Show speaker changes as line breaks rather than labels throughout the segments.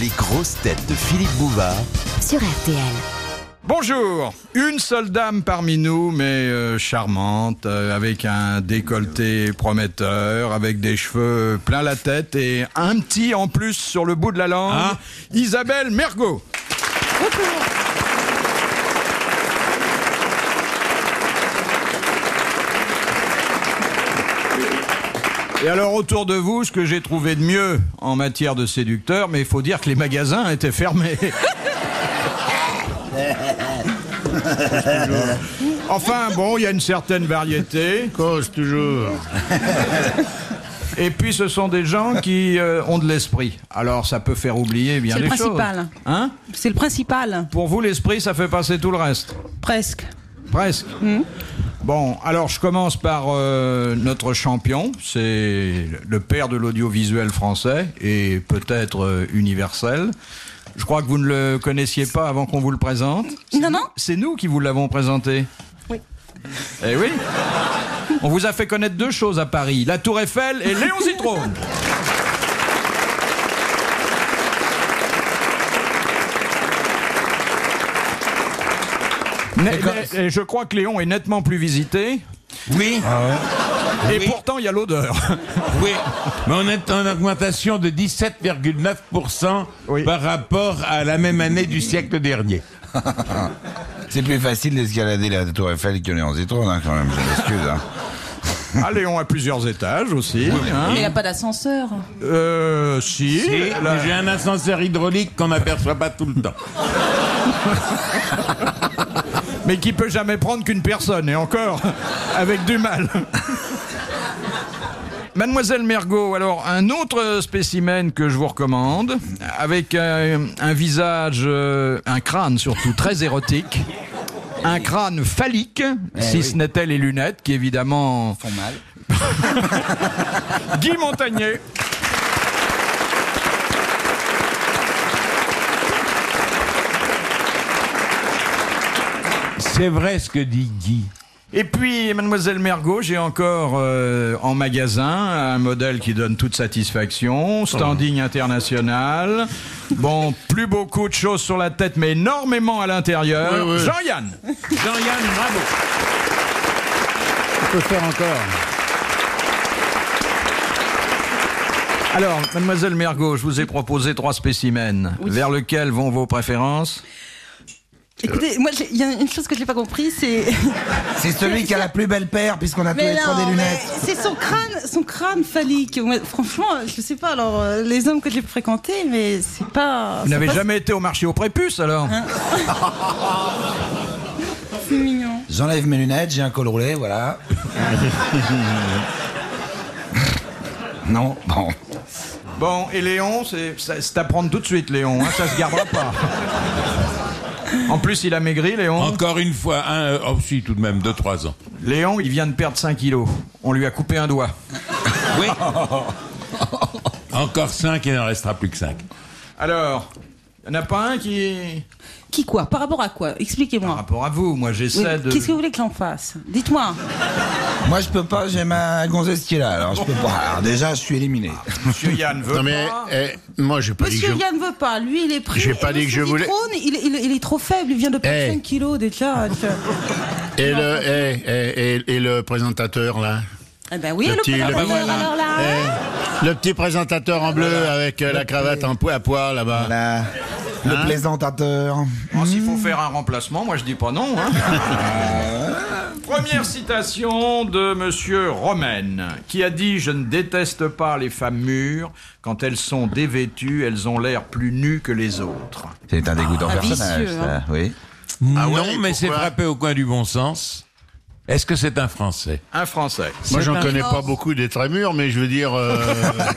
Les grosses têtes de Philippe Bouvard
sur RTL.
Bonjour, une seule dame parmi nous, mais euh, charmante, euh, avec un décolleté prometteur, avec des cheveux plein la tête et un petit en plus sur le bout de la langue, Isabelle Mergot. Et alors autour de vous, ce que j'ai trouvé de mieux en matière de séducteur, mais il faut dire que les magasins étaient fermés. Enfin bon, il y a une certaine variété.
Cause toujours.
Et puis ce sont des gens qui euh, ont de l'esprit. Alors ça peut faire oublier bien
C'est
les
le
choses.
principal.
Hein
C'est le principal,
Pour vous, l'esprit, ça fait passer tout le reste.
presque.
Presque. Bon, alors je commence par euh, notre champion, c'est le père de l'audiovisuel français et peut-être euh, universel. Je crois que vous ne le connaissiez pas avant qu'on vous le présente.
Non, non.
C'est nous qui vous l'avons présenté. Oui. Eh oui. On vous a fait connaître deux choses à Paris, la Tour Eiffel et Léon Zitrone. Ne- ne- et je crois que Léon est nettement plus visité.
Oui,
Et
Oui.
pourtant, il y a l'odeur.
oui. Mais on est en augmentation de 17,9%
Oui.
par rapport à la même année du siècle dernier.
C'est plus facile d'escalader la tour Eiffel que Léon Zitrone, hein, quand même, je m'excuse. hein.
Ah, Léon a plusieurs étages aussi. hein.
Ah, Mais il n'y a pas d'ascenseur.
Euh, si.
Et
Là-
J'ai un ascenseur hydraulique qu'on n'aperçoit pas tout le temps.
mais qui peut jamais prendre qu'une personne, et encore avec du mal. Mademoiselle Mergot, alors un autre spécimen que je vous recommande, avec euh, un visage, euh, un crâne surtout très érotique, un crâne phallique, si ce n'était les lunettes qui évidemment font mal. Guy Montagnier.
C'est vrai ce que dit Guy.
Et puis, mademoiselle Mergot, j'ai encore euh, en magasin un modèle qui donne toute satisfaction, standing international. Bon, plus beaucoup de choses sur la tête, mais énormément à l'intérieur.
Ouais, ouais.
Jean-Yann
Jean-Yann, bravo.
Alors, mademoiselle Mergot, je vous ai proposé trois spécimens. Vers lequel vont vos préférences
Ah, Écoutez, moi, j'ai- il y a une chose que je n'ai pas compris, c'est.
C'est celui qui a la plus belle paire, puisqu'on a tous les
Mais
trois
non,
des
mais
lunettes.
c'est son crâne, son crâne phallique. Moi, franchement, je sais pas. Alors, euh, les hommes que j'ai fréquentés, mais c'est pas.
Vous n'avez
c'est pas Hein
jamais été au marché aux prépuces, alors
si mignon.
J'enlève mes lunettes, j'ai un col roulé, voilà. non, bon.
Bon, et Léon, c'est ça- c'est à prendre tout de suite, Léon. hein, ça se gardera pas. En plus, il a maigri, Léon.
Encore une fois, un, euh, oh si, tout de même, 2-3 ans.
Léon, il vient de perdre 5 kilos. On lui a coupé un doigt.
Oui. Encore 5, il n'en restera plus que 5.
Alors, il n'y en a pas un qui.
Qui quoi Par rapport à quoi
Par
Ah,
Expliquez-moi.
rapport à vous, moi
Oui,
j'essaie de.
Qu'est-ce que vous voulez que j'en fasse Dites-moi.
Moi, je peux pas, j'ai ma gonzesse qui est là, alors je peux pas. Alors, déjà, je suis éliminé.
Monsieur Yann veut
Non mais
pas.
eh, moi j'ai pas dit
Monsieur
que je...
Yann ne veut pas. Lui, il est pris.
J'ai pas
Et
dit que
monsieur
je voulais-
Zitrone, il, il- il est trop faible. Il vient de perdre
Eh.
5 kilos déjà.
et le eh, eh, eh, et le présentateur là.
Eh ben oui,
Le
le,
petit- le-
présentateur,
bah voilà.
alors là.
hein
Eh, le petit présentateur en bleu avec euh, la cravate en poids à poil là-bas.
Voilà. Le plaisantateur.
Bon, S'il faut faire un remplacement, moi je dis pas non. hein. Euh, Première citation de Monsieur Romaine, qui a dit Je ne déteste pas les femmes mûres. Quand elles sont dévêtues, elles ont l'air plus nues que les autres.
C'est un dégoûtant
Ah,
personnage,
vicieux,
ça,
hein.
oui.
Ah ouais,
non, mais c'est
pourquoi
frappé au coin du bon sens. Est-ce que c'est un Français
Un Français.
Moi
C'est
j'en
un
connais pas
corps.
beaucoup des très mûrs, mais je veux dire, euh,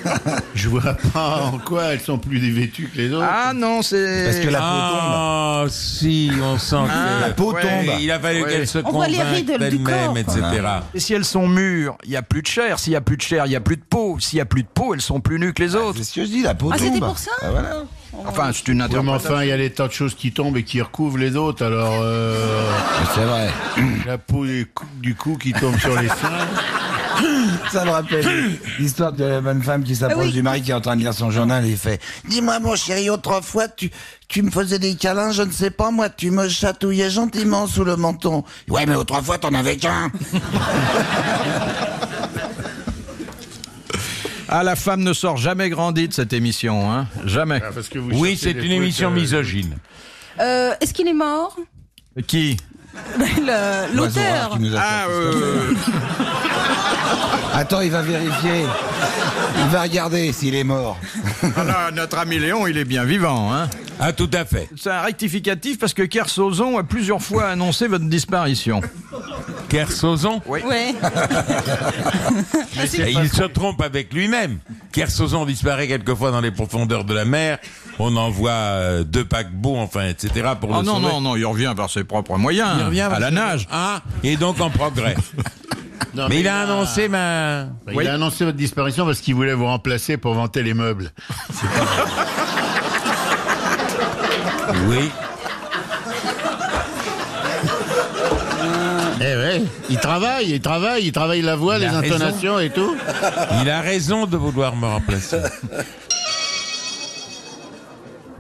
je vois pas en quoi elles sont plus dévêtues que les autres.
Ah non,
Parce que
c'est.
la peau tombe.
Ah, si, on sent que...
La peau
ouais,
tombe.
Il a fallu
Ouais.
qu'elle se
On voit les
convainque
rides du
d'elle-même,
corps,
etc. Ah.
Et si elles sont mûres, il n'y a plus de chair. S'il n'y a plus de chair, il n'y a plus de peau. S'il n'y a plus de peau, elles sont plus nues que les autres.
C'est ce que je dis, la peau
Ah,
tombe.
c'était pour ça
bah,
Ah, voilà.
Enfin, c'est une
Oui, mais
interprétation.
enfin, il y a des tas de choses qui tombent et qui recouvrent les autres. Alors, euh,
C'est vrai.
la peau du cou, du cou qui tombe sur les seins.
Ça me rappelle l'histoire de la bonne femme qui s'approche
Ah oui.
du mari qui est en train de lire son journal et il fait Dis-moi, mon chéri, autrefois, tu, tu me faisais des câlins, je ne sais pas, moi, tu me chatouillais gentiment sous le menton. Ouais, mais autrefois, t'en avais qu'un.
Ah, la femme ne sort jamais grandie de cette émission, hein Jamais.
Ah, parce que vous
Oui,
cherchez
c'est
des
une
trucs,
émission
euh,
misogyne.
Euh, Est-ce qu'il est mort
Qui
Le- L'auteur.
Oiseau rare qui nous a
Ah,
sorti
euh,
ça. Attends, il va vérifier. Il va regarder s'il est mort.
ah là, notre ami Léon, il est bien vivant, hein
Ah, tout à fait.
C'est un rectificatif parce que Kersozon a plusieurs fois annoncé votre disparition.
Kersozon
Ouais.
Et il se trompe avec lui-même. Kersozon disparaît quelquefois dans les profondeurs de la mer. On envoie euh, deux paquebots, enfin, etc. pour
Oh
le
non,
sauver.
non, non, il revient par ses propres moyens.
Il revient
à
parce
la
que-
nage.
Ah, et donc en progrès.
non,
mais il a annoncé ma.
bah,
Oui.
Il a annoncé votre disparition parce qu'il voulait vous remplacer pour vanter les meubles.
Oui.
Eh ouais, il travaille, il travaille, il travaille la voix,
Il
les
a raison.
intonations et tout.
Il a raison de vouloir me remplacer.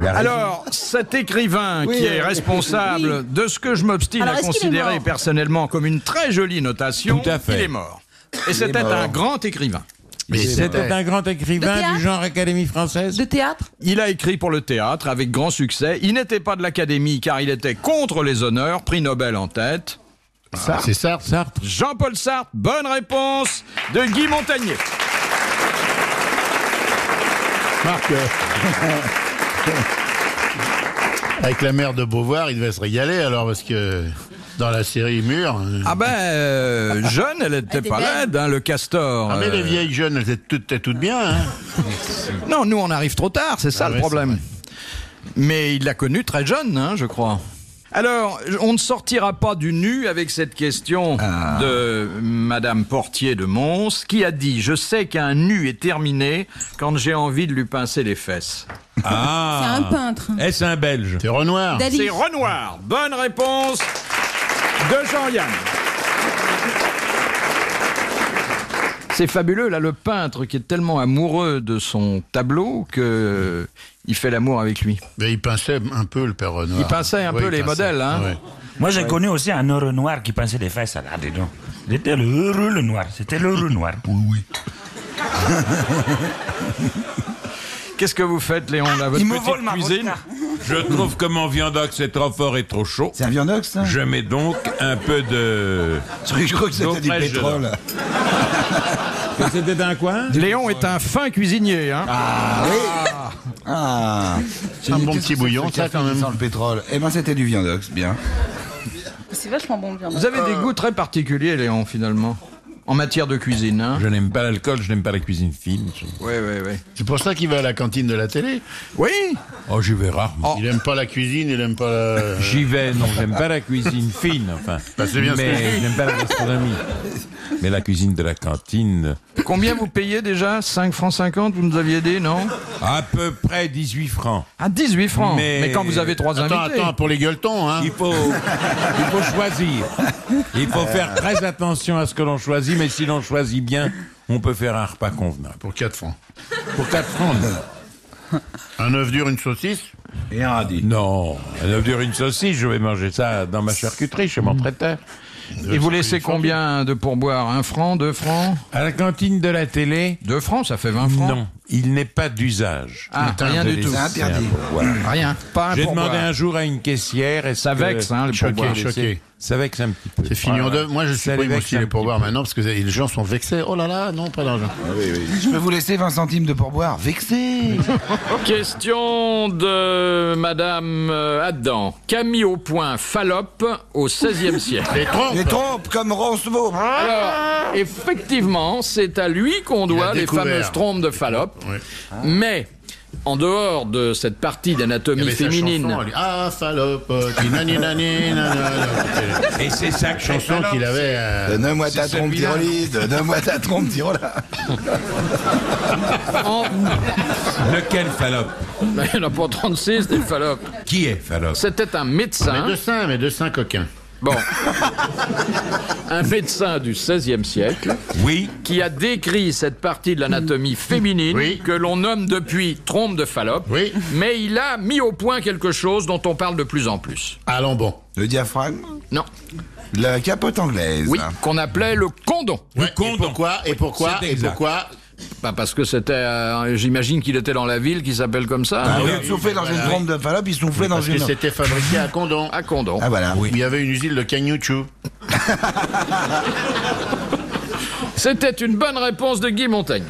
Alors, cet écrivain qui est responsable de ce que je m'obstine
Alors,
à
est-ce qu'il est
considérer
mort
personnellement comme une très jolie notation,
Tout à fait.
il est mort. Et c'était
mort.
un grand écrivain.
Mais
C'était un grand
De
écrivain
théâtre
du genre Académie française.
De théâtre
Il a écrit pour le théâtre avec grand succès. Il n'était pas de l'Académie car il était contre les honneurs, prix Nobel en tête.
ça. C'est ça.
Sartre.
Jean-Paul Sartre, bonne réponse de Guy Montagnier.
Marc. euh, Avec la mère de Beauvoir, il devait se régaler alors parce que dans la série Mur. euh,
Ah ben, euh, jeune, elle n'était
était
pas
belle.
laide, hein, le castor.
Ah, mais les
euh,
vieilles jeunes, elles étaient toutes, toutes bien. Hein.
Non, nous, on arrive trop tard, c'est ça
Ah
le
ouais,
problème. Mais il l'a connu très jeune, hein, je crois. Alors, on ne sortira pas du nu avec cette question
Ah.
de Madame Portier de Mons, qui a dit Je sais qu'un nu est terminé quand j'ai envie de lui pincer les fesses.
Ah.
C'est un peintre.
Est-ce un Belge
C'est Renoir.
Dali.
C'est Renoir. Bonne réponse de Jean-Yann. C'est fabuleux, là, le peintre qui est tellement amoureux de son tableau que il fait l'amour avec lui.
Mais il pinçait un peu le père Renoir.
Il pinçait un
Ouais,
peu
il
les
pinçait.
modèles, hein.
Ouais.
Moi, j'ai connu aussi un heureux noir qui pinçait les fesses. Ah, dis donc. Il était le heureux le noir. C'était le heureux noir. Oui,
Qu'est-ce que vous faites, Léon, là, votre
Il me
petite
vole ma
cuisine
vodka.
Je trouve que mon viandox est trop fort et trop chaud.
C'est un viandox, ça
Je mets donc un peu de.
Je crois que c'était du
Naufrage,
pétrole.
C'était un coin
Léon est un fin cuisinier, hein.
Ah oui Ah
un bon petit bouillon, ça, quand même.
Sans le pétrole. Eh ben, c'était du viandox, bien.
C'est vachement bon le viande.
Vous avez des goûts très particuliers, Léon, finalement, en matière de cuisine, hein.
Je n'aime pas l'alcool, je n'aime pas la cuisine fine.
Oui, oui, oui.
C'est pour ça qu'il va à la cantine de la télé.
Oui.
Oh, j'y vais rarement.
Il aime pas la cuisine, il aime pas la...
J'y vais, non, j'aime pas la cuisine fine, enfin.
Bah, c'est bien ce que je
mais
dis.
j'aime pas la gastronomie. Mais la cuisine de la cantine,
Combien vous payez déjà 5 francs 50, vous nous aviez dit, non
à peu près 18 francs.
À 18 francs. Mais,
Mais-
quand vous avez trois
Attends,
invités.
attends, pour les gueuletons, hein.
Il faut, il faut choisir. Il faut faire très attention à ce que l'on choisit, mais si l'on choisit bien, on peut faire un repas convenable.
Pour 4 francs.
Pour 4 francs, non.
Un œuf dur, une saucisse
Et un radis.
Non, un œuf dur, une saucisse, je vais manger ça dans ma charcuterie chez mon traiteur.
Et vous laissez combien de pourboire Un franc, deux francs
À la cantine de la télé,
Deux francs, ça fait 20 francs.
non, il n'est pas d'usage.
Ah, rien du tout.
C'est interdit.
Rien. Pas un
J'ai
pourboire.
demandé un jour à une caissière et
Ça vexe, hein, les
Choqué,
pourboires.
choqué.
Ça vexe un petit peu.
C'est fini en deux. Moi, je
Ça les
supprime
vexe
aussi
un
les
petit
pourboires
peu.
maintenant parce que les gens sont vexés. Oh là là, non, pas d'argent.
Je peux vous laisser 20 centimes de pourboire. Vexé
Question de Madame euh, Adam. Camille au point Fallope au XVIe siècle.
Les trompes
Les trompes comme Roncevaux
Alors, effectivement, c'est à lui qu'on doit
a
les
découvert. Ah.
fameuses trompes de Fallope.
Ouais.
Mais, en dehors de cette partie
Il y
d'anatomie
avait sa
féminine,
chanson, elle dit, Ah, fallopoti, nani, nani, nanana. C'était
Et c'est ça que
la chanson qu'il avait. euh,
Donne-moi ta
C'est
trompe
celui-là.
tyrolide, donne-moi ta trompe tyrolide.
en-
Lequel Fallope
il y en a pour 36 des Fallope.
Qui est Fallope
C'était un
Mais
médecin.
de saints, mais de saints coquins.
Bon. Un médecin du XVIe siècle
Oui.
qui a décrit cette partie de l'anatomie féminine
Oui.
que l'on nomme depuis trompe de Fallope.
Oui.
Mais il a mis au point quelque chose dont on parle de plus en plus.
Allons bon.
Le diaphragme
Non.
La capote anglaise.
Oui. Qu'on appelait le condom.
Ouais, et pourquoi Et pourquoi
c'est
Et
exact.
pourquoi
Bah, parce que c'était. euh, J'imagine qu'il était dans la ville qui s'appelle comme ça.
Ah, Au lieu de souffler dans une trompe de Fallope, il soufflait dans
Parce que
une.
c'était fabriqué à Condon.
À condom.
Ah voilà.
Il y avait une usine de Cagnouchou.
C'était une bonne réponse de Guy Montaigne.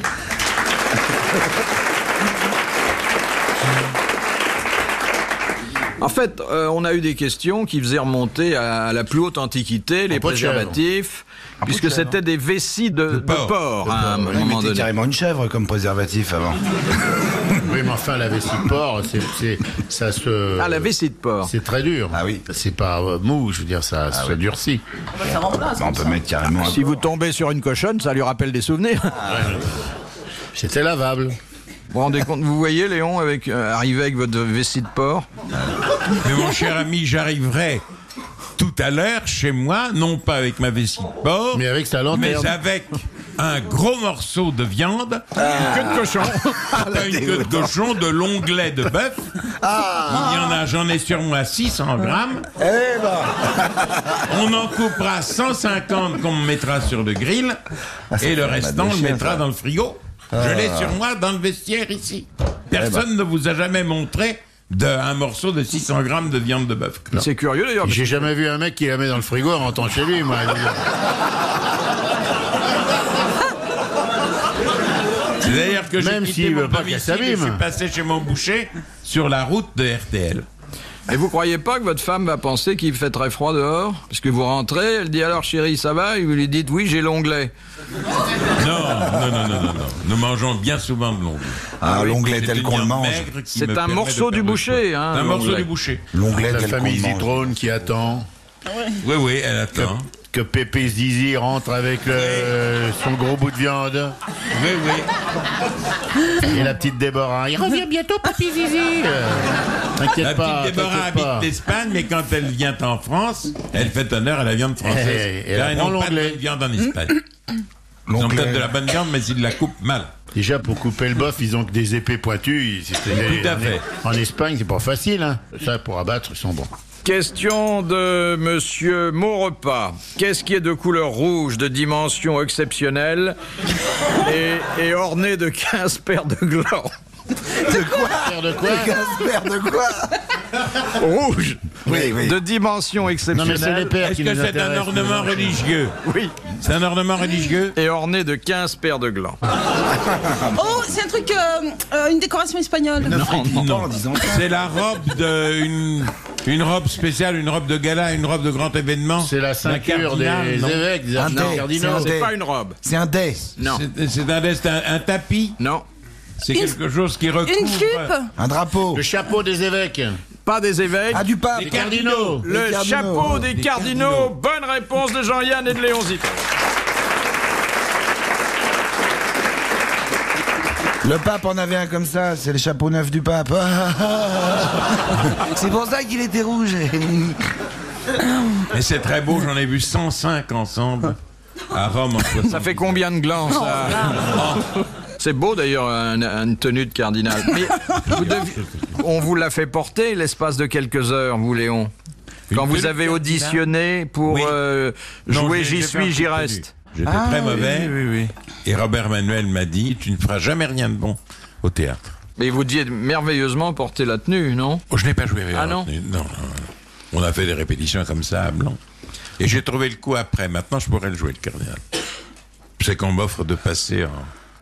En fait, euh, on a eu des questions qui faisaient remonter à la plus haute antiquité les
pot de chèvre.
préservatifs, puisque
chèvre.
c'était des vessies hein. de, de porc,
porc.
hein, à un
Il
moment
mettait
donné.
carrément une chèvre comme préservatif avant.
Oui, mais enfin, la vessie de porc, c'est, c'est- ça se.
Ah, la vessie de porc.
C'est très dur.
Ah oui.
C'est pas euh, mou, je veux dire, ça se durcit.
on peut mettre carrément. un-
Si vous tombez sur une cochonne, ça lui rappelle des souvenirs.
C'était lavable.
Vous vous rendez compte, vous voyez Léon avec, euh, arriver avec votre vessie de porc
Mais mon cher ami, j'arriverai tout à l'heure chez moi, non pas avec ma vessie de porc,
Mais avec sa lanterne.
mais avec un gros morceau de viande,
Que
Ah.
de cochon
pas une queue de cochon, de l'onglet de bœuf.
Ah.
Il y en a, j'en ai sur moi 600 grammes.
Eh ben.
On en coupera 150 qu'on me mettra sur le grill
Ah,
et le restant, on le mettra dans le frigo. Je l'ai sur moi dans le vestiaire ici.
Eh
Personne
ben.
ne vous a jamais montré de, un morceau de 600 grammes de viande de bœuf.
C'est curieux d'ailleurs.
J'ai jamais vu un mec qui la met dans le frigo en rentrant chez lui, moi.
C'est d'ailleurs que j'ai
Même
quitté
s'il
mon
veut pas
domicile
qu'elle
et je
s'abîme.
suis passé chez mon boucher sur la route de RTL.
Et vous croyez pas que votre femme va penser qu'il fait très froid dehors Parce que vous rentrez, elle dit alors chérie, ça va Et vous lui dites oui, j'ai l'onglet.
Non, non, non, non, non, non. Nous mangeons bien souvent de l'onglet.
Ah, l'onglet
C'est
tel
une
qu'on le
viande
mange.
maigre qui
C'est
me
un
permet de
morceau
perdre
du
le
boucher,
poids.
hein,
un morceau
l'onglet.
du boucher.
L'onglet
La
tel qu'on
famille
le mange.
Zitrone qui attend
Oui, oui, elle attend.
que Pépé Zizi rentre avec le- son gros bout de viande.
Oui, oui.
Et la petite Déborah. Il revient bientôt, Papy Zizi. Euh, T'inquiète
La
pas.
petite Déborah
t'inquiète pas.
habite d'Espagne, mais quand elle vient en France, elle fait honneur à la viande française.
Eh, elle
Car ils
apprend
n'ont pas de
l'onglet.
bonne viande en Espagne. Ils ont peut-être de la bonne viande, mais ils la coupent mal.
Déjà, pour couper le boeuf, ils ont que des épées pointues. Ils- c'était-
Tout à
en-
fait.
En Espagne, c'est pas facile. Hein. Ça, pour abattre, ils sont bons.
Question de Monsieur Maurepas. Qu'est-ce qui est de couleur rouge, de dimension exceptionnelle et, et orné de 15 paires de glands
Faire de quoi
Casper, de quoi
Rouge
Oui, oui.
De dimension
Non, mais c'est les
exceptionnelle
pères
Est-ce
qui
que
nous
c'est un
intéressent,
ornement
nous.
religieux
oui,
C'est un ornement religieux
et orné de 15 paires de glands.
Ah,
Oh, c'est un truc, euh, euh, une décoration espagnole.
Non. C'est la robe de une, une robe spéciale, une robe de gala, une robe de grand événement.
C'est la
d'un
ceinture des
cardinal, non
évêques, des
Ah,
Un
archevêques,
dé,
cardinaux.
c'est un dé.
C'est pas une robe.
C'est un dé.
Non,
C'est- C'est un, dest- un- un tapis.
non.
C'est
Une-
quelque chose qui recouvre.
Une jupe
Un drapeau.
Le chapeau des évêques.
Pas des évêques.
Ah, du pape.
Des cardinaux.
Le
Des cardinaux.
chapeau des,
Des
cardinaux.
cardinaux.
Bonne réponse de Jean-Yann et de Léon Zito.
Le pape en avait un comme ça, c'est le chapeau neuf du pape. c'est pour ça qu'il était rouge.
Et c'est très beau, j'en ai vu 105 ensemble à Rome en 60.
Ça fait combien de glands,
Oh,
ça Oh. C'est beau d'ailleurs, un- une tenue de cardinal. Mais vous deviez- on vous l'a fait porter l'espace de quelques heures, vous, Léon. Quand
Une
vous
tenue
avez
de cardinal
auditionné pour
Oui.
euh,
Non,
jouer
j'ai- j'ai
J'y
fait un
suis, j'y
petit
reste. Ah
début. J'étais très mauvais.
Oui, oui.
Et Robert Manuel m'a dit Tu ne feras jamais rien de bon au théâtre.
Mais vous deviez merveilleusement porter la tenue, non
Oh, je n'ai pas joué avec
Ah,
la
non
retenue. non, non, non. On a fait des répétitions comme ça à Blanc. Et j'ai trouvé le coup après. Maintenant, je pourrais le jouer, le cardinal. C'est qu'on m'offre de passer en.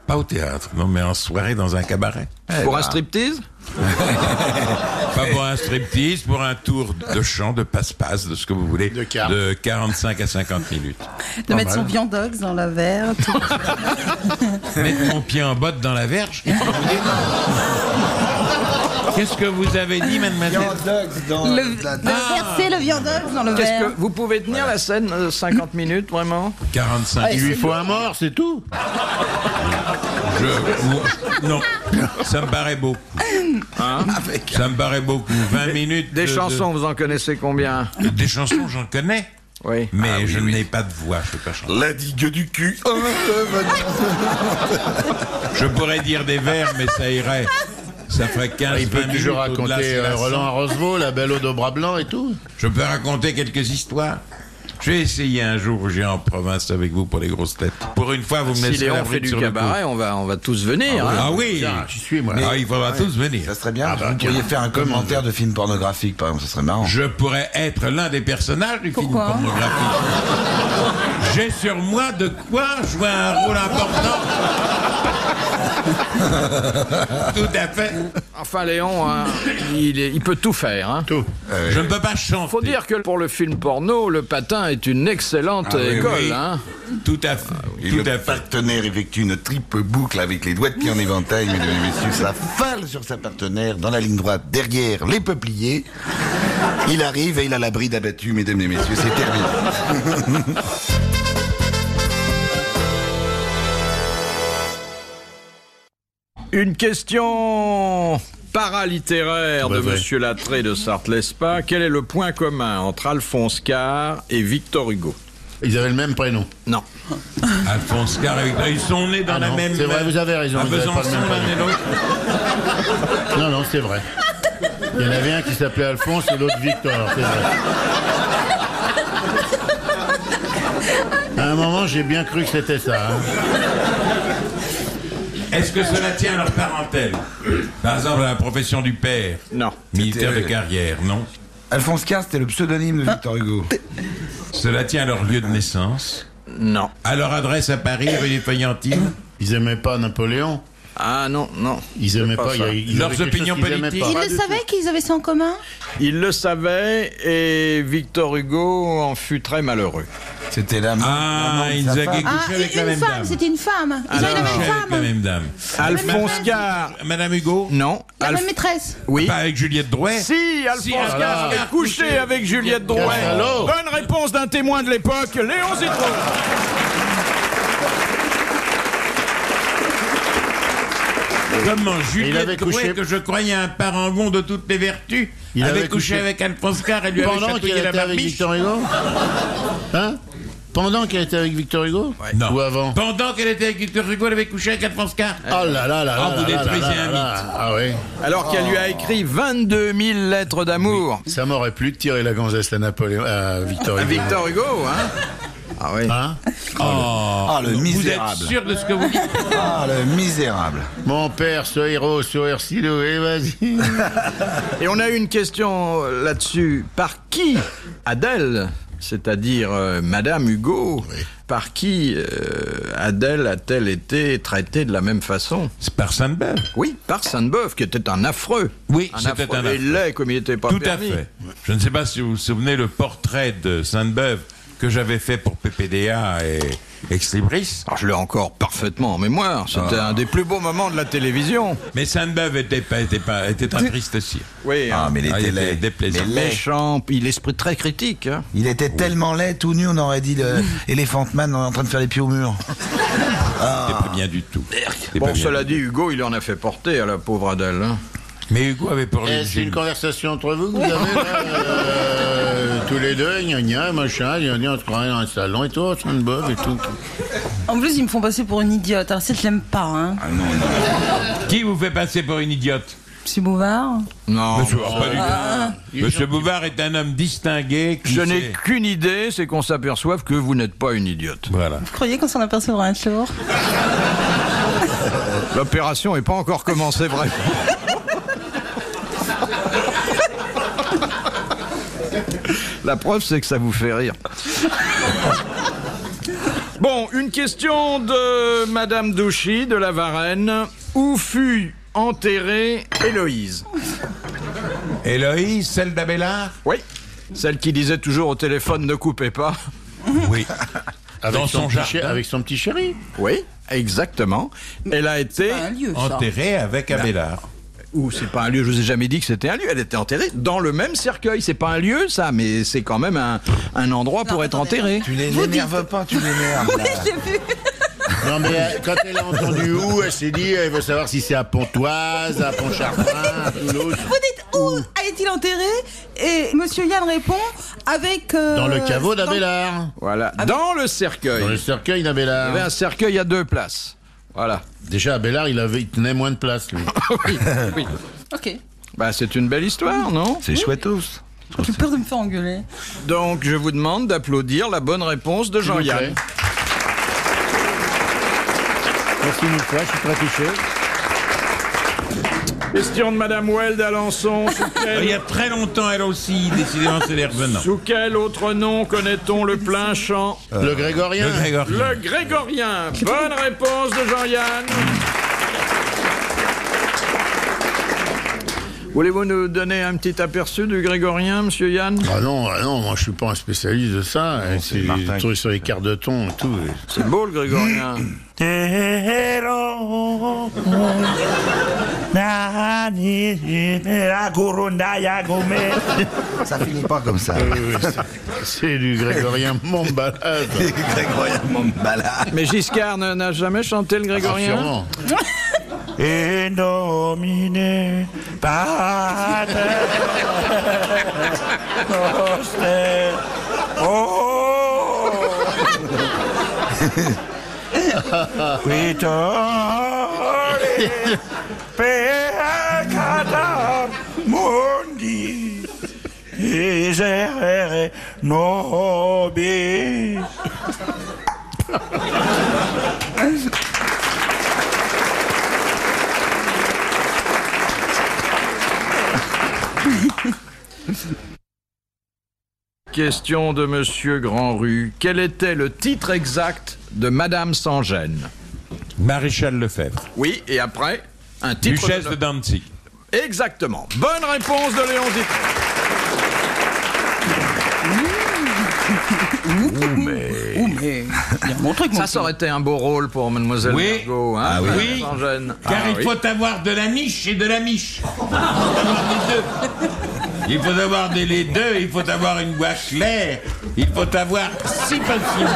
Pas au théâtre, non, mais en soirée dans un cabaret.
Pour
ben.
un striptease
Pas pour un striptease, pour un tour de chant, de passe-passe, de ce que vous voulez.
De cartes.
de 45 à 50 minutes.
De mettre son viandox dans la verre. tout.
Mettre mon pied en botte dans la verge Qu'est-ce que vous avez dit, mademoiselle
Le- de verser le viandox dans le
Qu'est-ce
verre.
que vous pouvez tenir la scène euh, 50 minutes vraiment
45
Il lui faut un mort, c'est tout.
Je- ou- non, ça me paraît beaucoup. ça me paraît beaucoup. 20 minutes.
Hein Des
de-
chansons, vous en connaissez combien
de- des chansons, j'en connais.
Ah Oui.
Mais je n'ai pas de voix, je peux pas chanter.
La digue du cul.
Je pourrais dire des vers, mais ça irait. Ça ferait 15
Ah, Il peut
20
toujours
minutes, au-delà,
raconter
c'est
euh,
lassant.
Roland à Rosevaux, la belle eau de bras blanc et tout.
Je peux raconter quelques histoires. J'ai essayé un jour, j'ai en province avec vous pour les grosses têtes. Pour une fois, vous
Ah,
me
Si
laissez
Léon
la
fait
frite
du
sur le cou.
cabaret, on va, on va tous venir. hein.
Ah oui,
Tiens, j'y suis, moi.
Mais
Ah,
il faudra tous venir.
Ça serait bien. vous pourriez faire un commentaire de film pornographique, par exemple. Ça serait marrant.
Je pourrais être l'un des personnages du
Pourquoi
film pornographique. J'ai sur moi de quoi jouer un rôle important. Tout à fait.
Enfin, Léon, hein, il, est- il peut tout faire. hein.
Tout.
Je ne peux pas chanter.
Faut dire que pour le film porno, le patin est une excellente
Ah oui,
école.
oui.
hein.
Tout à fait.
Ah,
Et
Tout à
le
fait.
partenaire effectue une triple boucle avec les doigts de pied en éventail, mesdames et messieurs. Ça fale sur sa partenaire dans la ligne droite, derrière les peupliers. Il arrive et il a la bride abattue, mesdames et messieurs. C'est terminé.
Une question paralittéraire
Bah
de Monsieur Latré de Sartre-Lespa. Quel est le point commun entre Alphonse Carr et Victor Hugo
Ils avaient le même prénom.
Non.
Alphonse Carr et Victor, ils sont nés dans
Ah
la
non,
même.
c'est vrai, vous avez raison,
À
ils avaient pas le
Besançon,
même
l'un et l'autre.
Non, non, c'est vrai. Il y en avait un qui s'appelait Alphonse et l'autre Victor, c'est vrai. À un moment, j'ai bien cru que c'était ça. hein.
Est-ce que cela tient à leur parentèle Par exemple, à la profession du père,
Non.
militaire de
euh,
C'était-
carrière, non
Alphonse Carr, c'était le pseudonyme de Victor Hugo.
Cela tient à leur lieu de naissance,
Non.
à leur adresse à Paris, rue des Feuillantines,
Ils aimaient pas Napoléon.
Ah non, non.
Ils aimaient
pas
pas.
ça.
il y a- ils
Leurs
avaient quelque
opinions
chose qu'ils aimaient
politiques.
pas.
Ils le savaient qu'ils avaient ça en commun
Il le savait et Victor Hugo en fut très malheureux.
C'était la
Ah,
la
ils
sa
avaient
femme.
couché
Ah,
avec
une
la même
femme,
dame.
c'était une femme. Ils ont eu la
Couché
même
avec la
femme,
même dame.
Alphonse Carr.
Madame Hugo
Non.
la
Alph-
même maîtresse.
Oui.
Pas avec Juliette Drouet Oh
Si, Alphonse
Bah, Si,
Carr
alors,
est couché avec Juliette Drouet.
Allô
Bonne réponse d'un témoin de l'époque, Léon Zitrone.
Comment
Il
Juliette
avait
Drouet,
couché-
que je croyais un parangon de toutes les vertus,
Il
avait,
avait
couché
couché-
avec Alphonse Carr et lui avait
Pendant qu'il
chatouillé la
était avec
barbiche
Victor Hugo Hein Pendant qu'il était avec Victor Hugo
Non.
Ou avant
Pendant qu'elle était avec Victor Hugo, elle avait couché avec Alphonse Carr.
Oh là là là là
Ah, vous
là là
détruisez
là
un
là.
mythe.
Ah oui.
Alors qu'elle lui a écrit 22 000 lettres d'amour.
Ça m'aurait plu de tirer la gonzesse à Napoléon, à Victor Hugo.
Victor Hugo, hein Ah oui.
Hein
Ah, le
Oh. Vous êtes
misérable.
sûr de ce que vous dites
Ah, le misérable.
Mon père, ce héros, sourire silhoué, vas-y. Eh,
Et on a eu une question euh, là-dessus. Par qui Adèle, c'est-à-dire euh, Madame Hugo, par qui euh, Adèle a-t-elle été traitée de la même façon
C'est par Sandberg.
Oui, par Sainte-Beuve, qui était un affreux.
Oui,
un
c'était
affreux.
un
Et
affreux.
il l'est, comme il n'était pas
Tout à
permis.
fait. Je ne sais pas si vous vous souvenez le portrait de Sainte-Beuve que j'avais fait pour PPDA et Exlibris.
Alors, je l'ai encore parfaitement en mémoire. C'était
Ah.
un des plus beaux moments de la télévision.
Mais Sainte-Beuve était, pas, était, pas, était un triste cire.
Oui, hein.
Ah, mais il
Ah,
était
il était
laid.
déplaisant.
Mais laid.
méchant, puis l'esprit très critique. hein.
Il était tellement laid, tout nu, on aurait dit le Elephant Man en train de faire les pieds au mur.
C'était pas bien du tout. C'était Eh, pas
Bon,
bien
cela
du
dit, Hugo, il en a fait porter à la pauvre Adèle. hein.
tout. Mais Hugo avait pour lui.
Eh, C'est une conversation entre vous que vous avez là, euh, tous les deux, gna gna, machin, gna gna, on se croirait dans un salon et tout, on se fait une bof et tout.
En plus, ils me font passer pour une idiote. Alors, si je l'aime pas, hein.
Qui vous fait passer pour une idiote
Monsieur Bouvard.
Non.
Monsieur, oh, pas du tout. Monsieur Bouvard est un homme distingué. Qui
Je
sait-
n'ai qu'une idée, c'est qu'on s'aperçoive que vous n'êtes pas une idiote.
Voilà.
Vous croyez qu'on s'en apercevra un jour
L'opération n'est pas encore commencée, vraiment. La preuve, c'est que ça vous fait rire. Bon, une question de Madame Douchy de la Varenne. Où fut enterrée Héloïse
Héloïse, celle d'Abélard
Oui. Celle qui disait toujours au téléphone ne coupez pas.
Oui.
Avec
Dans son
petit
jardin.
chéri- avec son petit chéri.
Oui, exactement. Elle a été.
Bah, Un lieu,
Oh,
ça.
Enterré avec Abélard.
Ou c'est pas un lieu, je vous ai jamais dit que c'était un lieu. Elle était enterrée dans le même cercueil. C'est pas un lieu, ça, mais c'est quand même un, un endroit pour être
attendez.
enterré.
Tu les n'énerve pas, tu l'énerves. là.
Non mais euh, quand elle a entendu où, elle s'est dit, elle veut savoir si c'est à Pontoise, à Pontchartrain, à Toulouse.
Vous dites où a été-il enterré Et Monsieur Yann répond Avec. euh,
Dans le caveau d'Abélard.
Voilà.
Ah
Dans le
Dans le
cercueil.
cercueil
Il y avait
d'Abélard.
un cercueil à deux places. Voilà.
Déjà, Abélard, il, avait, il tenait moins de place, lui.
oui, oui.
Ok.
Bah, c'est une belle histoire, non
C'est chouette tous.
J'ai peur de me faire engueuler.
Donc, je vous demande d'applaudir la bonne réponse de
S'il vous
Jean-Yann.
plaît. Merci une fois, je suis très touché.
Question de Madame Weld d'Alençon. Sous
Il y
quel,
a très longtemps, elle aussi, décidément, c'est les revenants.
sous quel autre nom connaît-on le plein champ
Euh, Le Grégorien.
Le Grégorien.
Le Grégorien. Bonne réponse de Jean-Yann. Voulez-vous nous donner un petit aperçu du Grégorien, Monsieur Yann
Ah non, ah non, moi je suis pas un spécialiste de ça. hein, C'est des trucs sur les cartes de thon et tout.
C'est beau le Grégorien.
Tero. Nani, Agurunda, Yagome.
Ça finit pas comme ça.
Euh, c'est- C'est du Grégorien hein, mon balade.
Incroyablement malade.
Mais Giscard ne- n'a jamais chanté le Grégorien
Sûrement.
Et domine, pater, noster. Oh! Vitore, peccata mundi, miserere nobis.
Question de Monsieur Grandru. Quel était le titre exact de Madame sans gêne
Maréchal Lefebvre.
Oui, et après, un titre...
Duchesse de Danzig.
Exactement. Bonne réponse de Léon Zitré.
Oh, mais. Il y a mon truc, mon
Ah, Ça, ça aurait été un beau rôle pour Mademoiselle
Oui.
Margot, hein,
Ah oui.
Madame
Oui.
sans gêne.
Car
Ah
il
oui.
faut avoir de la niche et de la miche. Il faut avoir les deux. Il faut avoir des- les deux, il faut avoir une voix claire, il faut avoir, si possible,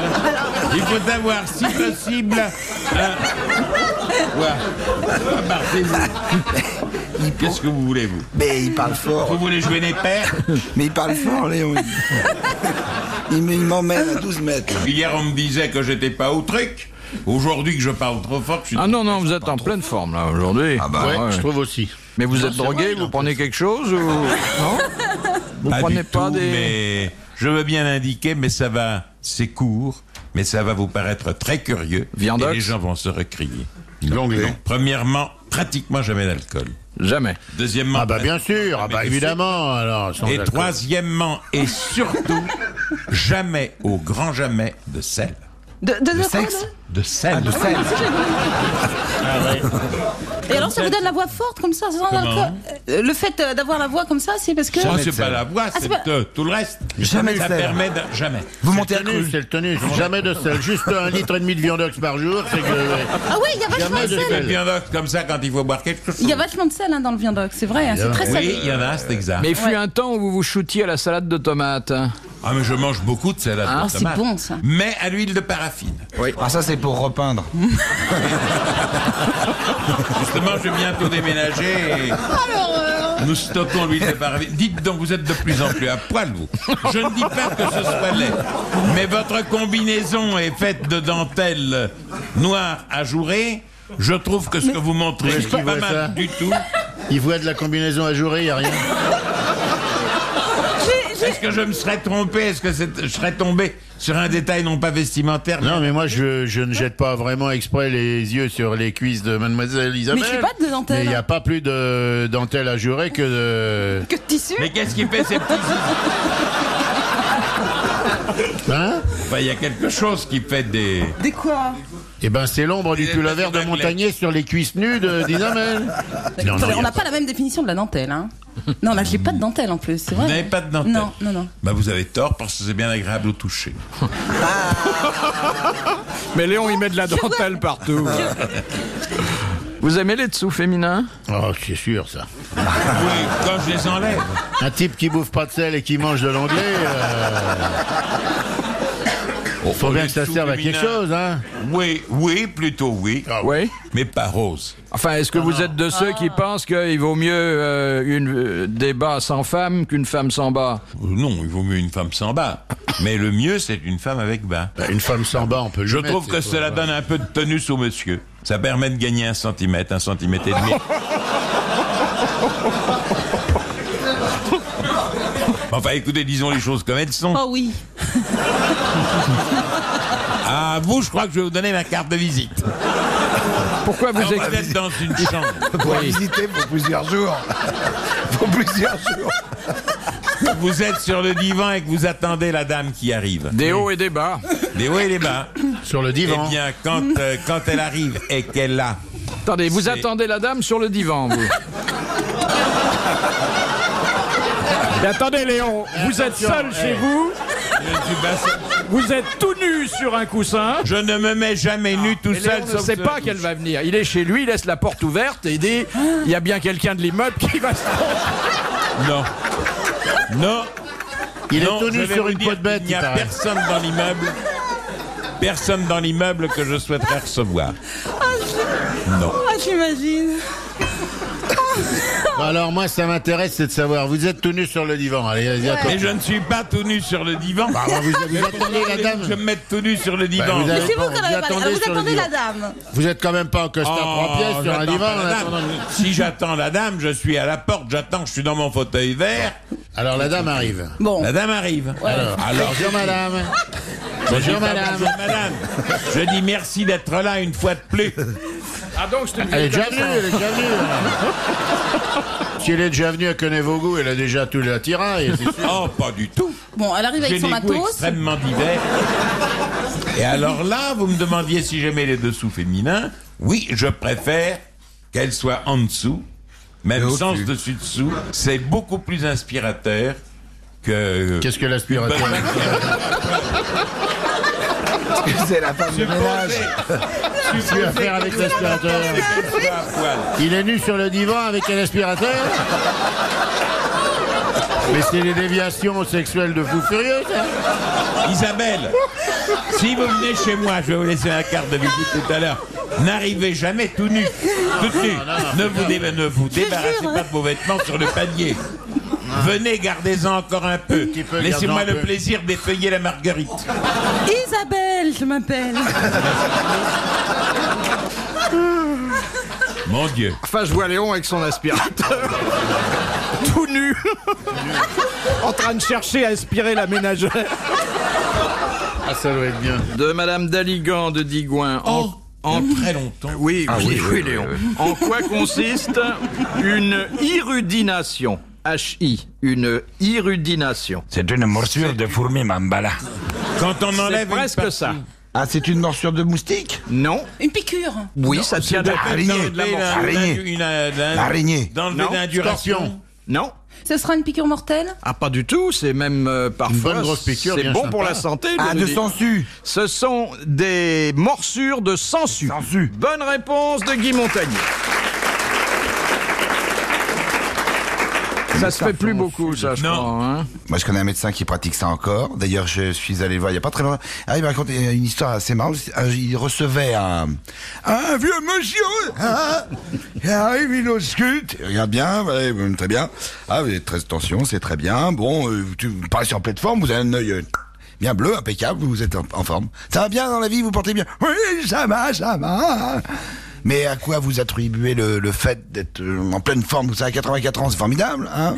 il faut avoir, si possible, un... Quoi Partez-vous. Qu'est-ce que vous voulez, vous
Mais il parle fort.
Vous voulez jouer les pères
Mais il parle fort, Léon. Il me- il m'emmène à 12 mètres.
Hier, on me disait que j'étais pas au truc. Aujourd'hui, que je parle trop fort, je suis...
Ah non, non, vous êtes en pleine forme, là, aujourd'hui. Ah
Ouais, je trouve aussi.
Mais vous êtes drogué, vous prenez quelque chose ou... Non Vous
Pas
prenez
du
pas
tout,
des...
mais je veux bien l'indiquer, mais ça va, c'est court, mais ça va vous paraître très curieux.
Viandox.
Et les gens vont se recrier.
L'anglais.
Premièrement, pratiquement jamais d'alcool.
Jamais.
Deuxièmement,
Ah bah bien sûr, ah
Mais
bah
tu
évidemment alors. sans
sais. Et
alcool.
troisièmement, et surtout, jamais, au grand jamais, de sel.
De, de, de-
De
Ah,
sel. Ah, de sel.
hein. Et alors, ça vous donne la voix forte comme ça, sans alcool Euh, Le fait euh, d'avoir la voix comme ça, c'est parce que.
Non, c'est pas la voix, c'est
c'est pas-
euh, tout le reste.
Jamais de
Ça
sel.
permet de... Jamais.
Vous montez à
C'est le
cru.
tenus, c'est le tenus. Jamais de sel. Juste un litre et demi de viandox par jour. C'est que.
Ah oui, il y a vachement
Jamais
de
de
sel.
sel.
Le Viandox, comme ça, quand il faut boire quelque chose.
Il y a vachement de sel hein, dans le viandoc, c'est vrai, hein, c'est très salé.
Oui, il y en a, c'est exact.
Mais il fut un temps où vous vous shootiez à la salade de tomates. hein.
Ah, mais je mange beaucoup de salade
Ah,
de
c'est
tomate.
bon, ça.
Mais à l'huile de paraffine.
Ah ça c'est pour repeindre.
Justement, je vais bientôt déménager et
euh,
nous stockons l'huile de paraffine. Dites donc, vous êtes de plus en plus à poil, vous. Je ne dis pas que ce soit laid, mais votre combinaison est faite de dentelle noire ajourée. Je trouve que ce que vous montrez
Mais
n'est
je
pas
vois
mal
ça.
du tout.
Il voit de la combinaison à jouer, il n'y a rien.
Est-ce que je me serais trompé Est-ce que c'est- je serais tombé sur un détail non pas vestimentaire mais-
Non, mais moi, je, je ne jette pas vraiment exprès les yeux sur les cuisses de mademoiselle Isabelle.
je fais pas de dentelle.
Mais il n'y a pas plus de dentelle à jurer que de...
Que de tissu
Mais qu'est-ce qui fait ces petits
Hein
Enfin, il y a quelque chose qui fait des...
Des quoi
Eh ben, c'est l'ombre du
Il est
pull
pas
à verre de
sur la
Montagnier sur les cuisses nues de- d'Isabelle. Non, non,
Attendez,
il y
On
a-
n'a pas la même définition de la dentelle. Hein. Non, là, je n'ai pas de dentelle en plus, c'est vrai.
Vous n'avez pas de dentelle
Non, non, non.
Bah vous avez tort parce que c'est bien agréable au toucher.
Mais Léon, il met de la dentelle partout. Vous aimez les dessous féminins
Oh, c'est sûr, ça.
Oui, quand je les enlève.
Un type qui bouffe pas de sel et qui mange de l'anglais... euh, Faut bien que ça
le
serve à quelque
subliminal.
chose, hein.
Oui, oui, plutôt oui.
Oui.
Mais pas rose.
Enfin, est-ce que vous êtes de ceux qui pensent qu'il vaut mieux euh, une, euh, des bas sans femme qu'une femme sans bas
Euh, Non, il vaut mieux une femme sans bas. Mais le mieux, c'est une femme avec bas.
Bah, une femme sans bas, on peut le
Je
mettre,
trouve que
c'est
cela
pas-
donne un peu de tonus au monsieur. Ça permet de gagner un centimètre, un centimètre et demi. Enfin, écoutez, disons les choses comme elles sont.
Oh oui.
Ah, vous, je crois que je vais vous donner ma carte de visite.
Ah,
Pourquoi vous
Alors,
ex-
vous êtes dans une chambre.
Pour visiter pour plusieurs jours. pour plusieurs jours.
Vous êtes sur le divan et que vous attendez la dame qui arrive.
Des hauts et des bas.
Les hauts et les bas.
Sur le
Eh
divan.
bien, quand, euh, quand elle arrive et qu'elle a
Attendez, vous
C'est-
attendez la dame sur le divan, vous. Et attendez, Léon, vous êtes seul chez vous,
Je ne suis pas seul.
vous êtes tout nu sur un coussin.
Je ne me mets jamais nu tout
Et Ah, Léon
seul.
ne
sauf
sait
sur-
pas qu'elle va venir. Il est chez lui, il laisse la porte ouverte et il dit il y a bien quelqu'un de l'immeuble qui va se.
Non. Non.
Il est
non,
tout
je
nu
vais
sur
vous
une
dire
peau de bête,
qu'il n'y
il
a
paraît.
personne dans l'immeuble. Personne dans l'immeuble que je souhaiterais recevoir. Non.
Ah, j'imagine.
Bah, Alors, moi, ça m'intéresse, c'est de savoir. Vous êtes tout nu sur le divan. Allez, allez, attends.
Mais je ne suis pas tout nu sur le divan.
Bah, vous, vous attendez la
Voulez-vous
dame. Bah,
que Je me mette tout nu sur le divan.
vous avez-
C'est vous
Bon,
qui
vous
avez pas-
attendez
Vous
sur le
attendez la
divan.
dame.
Vous êtes quand même pas en costard trois pièces sur
Oh, j'attends
un divan
pas
en
la dame.
attendant.
Si j'attends la dame, je suis à la porte, j'attends, je suis dans mon fauteuil vert.
Alors, la dame arrive.
Bon.
La dame arrive. Alors, alors,
Bonjour, madame.
je dis
Bonjour,
pas
madame.
bonjour, madame. Je dis merci d'être là une fois de plus.
Ah donc, c'est une
Elle est
vieille
déjà venue, elle est déjà venue. si elle est déjà venue, elle connaît vos goûts, elle a déjà tout l'attirail. c'est sûr.
Oh, pas du tout.
Bon, elle arrive
J'ai
avec son
des goûts
matos.
extrêmement divers. Et alors là, vous me demandiez si j'aimais les dessous féminins. Oui, je préfère qu'elles soient en dessous, même sens dessus-dessous. C'est beaucoup plus inspirateur que...
Qu'est-ce que
Bonne-
l'aspirateur
C'est la femme de ménage.
Qu'est-ce qu'il va faire avec l'aspirateur
à poil.
Il est nu sur le divan avec un aspirateur Mais c'est les déviations sexuelles de fou furieux, ça
Isabelle, si vous venez chez moi, je vais vous laisser la carte de visite tout à l'heure. N'arrivez jamais tout nu. Tout nu. Ne vous, dé- ne vous débarrassez
jure,
pas
hein.
de vos vêtements sur le panier. Venez, gardez-en encore un peu.
petit peu,
Laissez-moi
gardez-en un
le
peu.
plaisir d'effeuiller la marguerite.
Isabelle, je m'appelle.
Mon Dieu.
Enfin, je vois Léon avec son aspirateur, tout nu, en train de chercher à aspirer la ménagère.
Ah, ça doit être bien.
De Madame Daligan de Digoin.
Oh,
En...
en très longtemps.
Oui, oui,
oui,
oui,
oui,
Léon. En quoi consiste une irudination H-I, une irudination.
C'est une morsure de fourmi mambala.
Quand on
C'est
enlève une
presque
partie-
ça.
Ah, c'est une morsure de moustique
Non
Une piqûre.
Oui, ça tient de
araignée.
d'enlever la-
Araignée.
l'indu- une- la-
Araignée.
D'enlever
Non,
l'induration.
scorpion.
Non
Ce sera une piqûre mortelle
Ah, pas du tout, c'est même euh, parfois.
bonne grosse piqûre,
C'est
bien
bon
sympa.
pour la santé.
Ah,
nous
de
dit.
sangsu.
Ce sont des morsures de sangsues.
Sangsues.
Bonne réponse de Guy Montagnier. Ça se fait plus beaucoup, ça, je
Non.
crois. hein.
Moi, je connais un médecin qui pratique ça encore. D'ailleurs, je suis allé le voir il n'y a pas très longtemps. Ah, il m'a raconté une histoire assez marrante. Un- Il recevait un, un vieux monsieur. hein, il arrive, il ausculte. Il Regarde bien, ouais, hum, très bien. Ah, vous êtes très tension, c'est très bien. Bon, euh, tu vous parlez sur pleine forme, vous avez un œil euh, bien bleu, impeccable, vous êtes en, en forme. Ça va bien dans la vie, vous portez bien. Oui, ça va, ça va. Mais à quoi vous attribuez le, le fait d'être euh, en pleine forme Vous savez, à 84 ans, c'est formidable, hein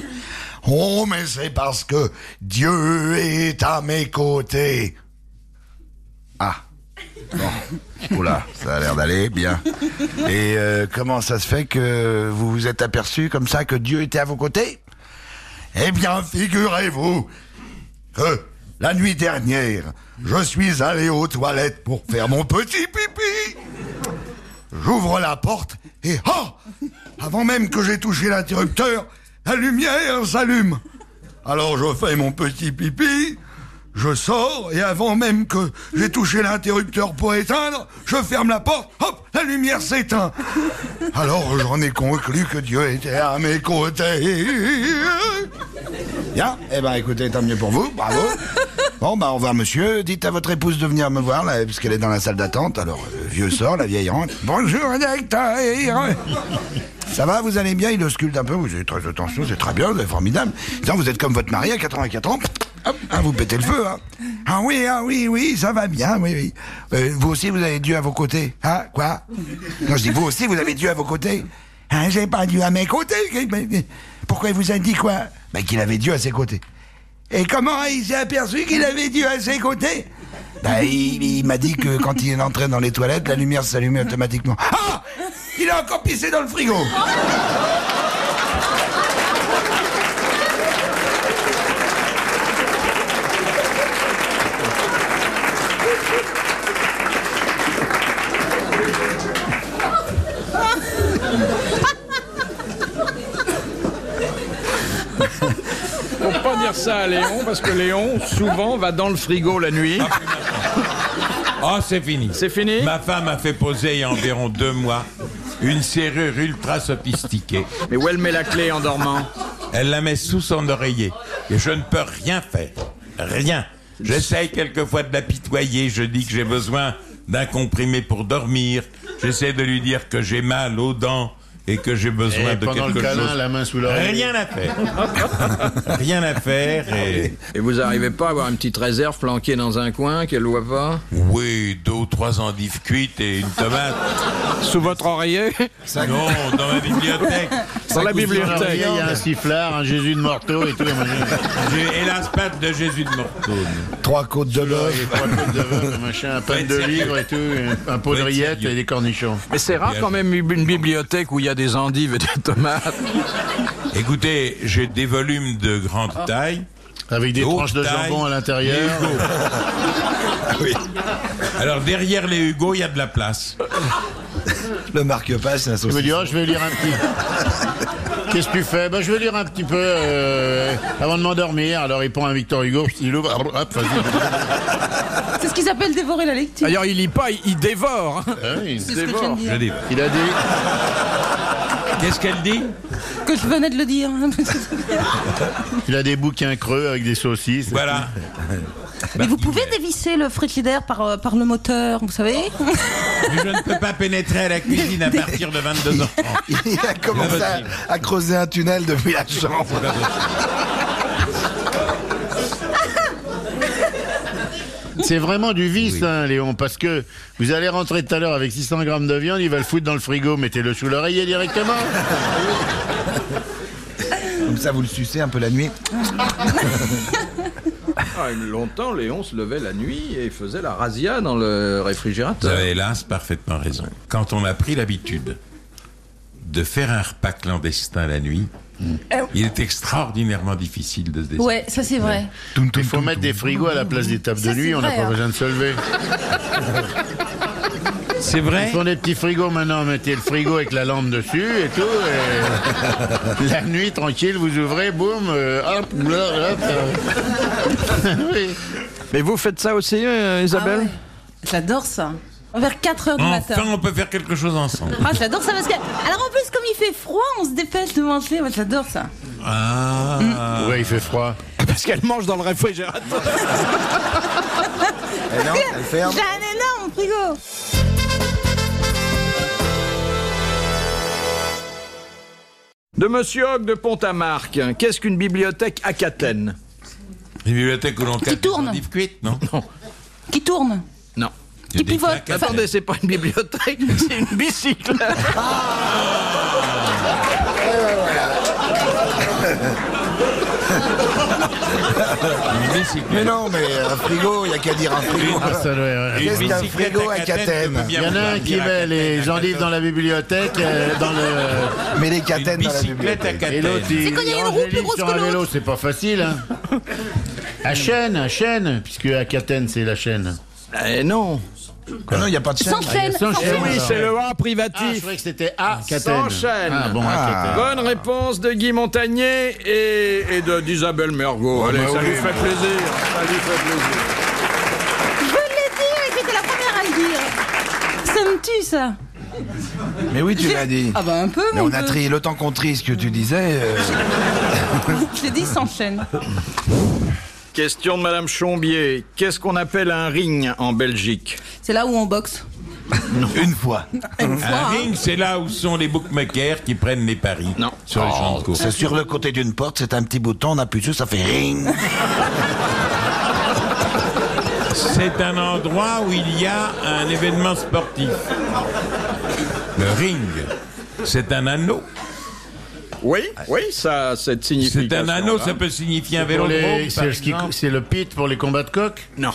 Oh, mais c'est parce que Dieu est à mes côtés. Ah. Bon. Oula, ça a l'air d'aller bien. Et euh, comment ça se fait que vous vous êtes aperçu comme ça que Dieu était à vos côtés Eh bien, figurez-vous que la nuit dernière, je suis allé aux toilettes pour faire mon petit pipi. J'ouvre la porte et ah Avant même que j'ai touché l'interrupteur, la lumière s'allume. Alors je fais mon petit pipi, je sors et avant même que j'ai touché l'interrupteur pour éteindre, je ferme la porte, hop, la lumière s'éteint. Alors j'en ai conclu que Dieu était à mes côtés. Bien, eh ben écoutez, tant mieux pour vous, bravo. Bon, bah, au revoir, monsieur. Dites à votre épouse de venir me voir, là, parce qu'elle est dans la salle d'attente. Alors, le vieux sort, la vieille rentre. Bonjour, directeur. Ça va, vous allez bien Il ausculte un peu. Vous avez très attention, c'est très bien, vous êtes formidable. Disons, vous êtes comme votre mari à 84 ans. Hop, hein, vous pétez le feu, hein. Ah oui, ah oui, oui, ça va bien, oui, oui. Euh, vous aussi, vous avez Dieu à vos côtés. Hein Quoi Non, je dis, vous aussi, vous avez Dieu à vos côtés. Hein, j'ai pas Dieu à mes côtés. Pourquoi il vous a dit quoi Bah, qu'il avait Dieu à ses côtés. Et comment il s'est aperçu qu'il avait Dieu à ses côtés Bah, il, il m'a dit que quand il est entré dans les toilettes, la lumière s'allumait automatiquement. Ah Il a encore pissé dans le frigo
Faut pas dire ça à Léon, parce que Léon, souvent, va dans le frigo la nuit.
Oh, c'est fini.
C'est fini
Ma femme a fait poser il y a environ deux mois une serrure ultra sophistiquée.
Mais où elle met la clé en dormant
Elle la met sous son oreiller. Et je ne peux rien faire. Rien. J'essaye quelquefois de la pitoyer. Je dis que j'ai besoin d'un comprimé pour dormir. J'essaie de lui dire que j'ai mal aux dents et que j'ai besoin
Et
de
pendant
quelque
le câlin,
chose.
la main sous l'oreille.
Rien à faire. Rien à faire. Et...
Et vous arrivez pas à avoir une petite réserve planquée dans un coin qu'elle voit pas
Oui, deux ou trois endives cuites et une tomate.
Sous votre oreiller
Non, dans ma bibliothèque.
Dans la
Dans l'oreiller,
bibliothèque.
Il y a un sifflard, un Jésus de Morteau et tout. à mon avis.
J'ai hélas pas de Jésus de Morteau.
Trois côtes de l'œuf.
Et trois pots de vin, un machin, un pain
être
de
sérieux.
livre et tout, et un pot
Faut
de
être
rillettes
sérieux.
et des cornichons.
Mais c'est rare quand même une bibliothèque où il y a des endives et des tomates.
Écoutez, j'ai des volumes de grande taille.
Avec des
Haute
tranches de
taille,
jambon à l'intérieur.
les Hugo. Oui. Alors derrière les Hugo, il y a de la place.
Le marque-passe, c'est un
Je me dis,
saucisson.
oh, je vais lire un petit. Qu'est-ce que tu fais ben, Je vais lire un petit peu euh, avant de m'endormir. Alors il prend un Victor Hugo, il ouvre, hop, vas-y.
C'est ce qu'ils appellent dévorer la lecture.
D'ailleurs, il lit pas, il, il dévore. hein.
Ah oui.
C'est ce que je viens de
Je
dire.
dis.
Il a dit,
Qu'est-ce qu'elle dit
Que je venais de le dire.
il a des bouquins creux avec des saucisses.
Voilà.
Mais vous pouvez dévisser le frigidaire par, euh, par le moteur, vous savez
Mais je ne peux pas pénétrer à la cuisine à partir de 22 ans.
Il a commencé à, à creuser un tunnel depuis la chambre.
C'est vraiment du vice, hein, Léon, parce que vous allez rentrer tout à l'heure avec 600 grammes de viande, il va le foutre dans le frigo, mettez-le sous l'oreiller directement.
Comme ça, vous le sucez un peu la nuit.
Ah, longtemps, Léon se levait la nuit et faisait la razzia dans le
Vous
réfrigérateur.
avez hélas parfaitement raison. Quand on a pris l'habitude de faire un repas clandestin la nuit, il est extraordinairement difficile de se décider.
Ouais, ça c'est vrai.
Il faut mettre des frigos à la place des tables
Ça,
de nuit,
c'est
on n'a
vrai,
pas
hein.
besoin de se lever.
C'est vrai
Ils font des petits frigos maintenant, mettez le frigo avec la lampe dessus et tout. et la nuit, tranquille, vous ouvrez, boum, euh, hop, là, hop. euh. Oui.
Mais vous faites ça aussi, euh, Isabelle
J'adore ça. Vers 4 heures du
Enfin,
matin.
on peut faire quelque chose ensemble.
Ah, j'adore ça parce que. Alors en plus, comme il fait froid, on se dépêche de manger. Moi, j'adore ça.
Ah.
Ouais, il fait froid.
Parce qu'elle mange dans le réfrigérateur.
Et Eh non, elle
J'ai un
ferme.
énorme frigo.
De Monsieur Hogg de Pont-à-Marc, qu'est-ce qu'une bibliothèque à Catène
Une bibliothèque où l'on cache des
tourne.
endives cuites, non
Qui tourne
Non.
Il y
Qui
a des
pivote.
claques à
Attendez, c'est pas une bibliothèque, c'est une bicyclette.
Une bicyclette.
Mais non, mais un frigo, il n'y a qu'à dire un frigo.
Ah, ça doit être-
Qu'est-ce qu'un
bicyclette
frigo à Catène
peut bien
Il y en a
vouloir
un qui
dire à
met
Catène, à
les
Catène.
endives dans la bibliothèque, euh, dans le...
Mais les
Une
catènes dans la
bicyclette à
bibliothèque.
Et
Catène.
l'autre, il,
quand il y a
il
une
range
roue
les
plus
livres
grosse
sur
que
un vélo,
l'autre.
c'est pas facile. Hein. à chaîne, à chaîne, puisque à Catène, c'est la chaîne.
Eh non.
Ah non, il n'y a pas de chaîne.
Sans chaîne.
sans
Sans
chaîne.
chaîne.
Eh
Oui, c'est
le A
Ah, je
privatif.
croyais que c'était à Catène.
Sans chaîne.
Ah, bon, à Catène.
Bonne réponse de Guy Montagnier et, et de d'Isabelle Mergot. Allez, ça lui fait plaisir. Ça lui fait plaisir.
Je l'ai dit, j'étais la première à le dire. Ça me tue ça.
Mais oui, tu l'as dit.
Ah bah un peu,
Mais
mon
on a
peu.
trié le temps qu'on trie ce que tu disais. euh,
Je l'ai dit sans chaîne.
Question de Madame Chombier. Qu'est-ce qu'on appelle un ring en Belgique
C'est là où on boxe.
Une fois.
Une
Un
fois, hein.
ring, c'est là où sont les bookmakers qui prennent les paris
Non.
sur les champs de course.
Oh,
C'est sur le côté d'une porte, c'est un petit bouton, on appuie dessus, ça fait ring.
C'est un endroit où il y a un événement sportif. Le ring, c'est un anneau.
Oui, oui, ça a cette
C'est
signification.
un anneau, ça peut signifier un vélo
Pour
de
les-
route, par
hein. C'est ce qui-
exemple.
c'est le pit pour les combats de coq
Non.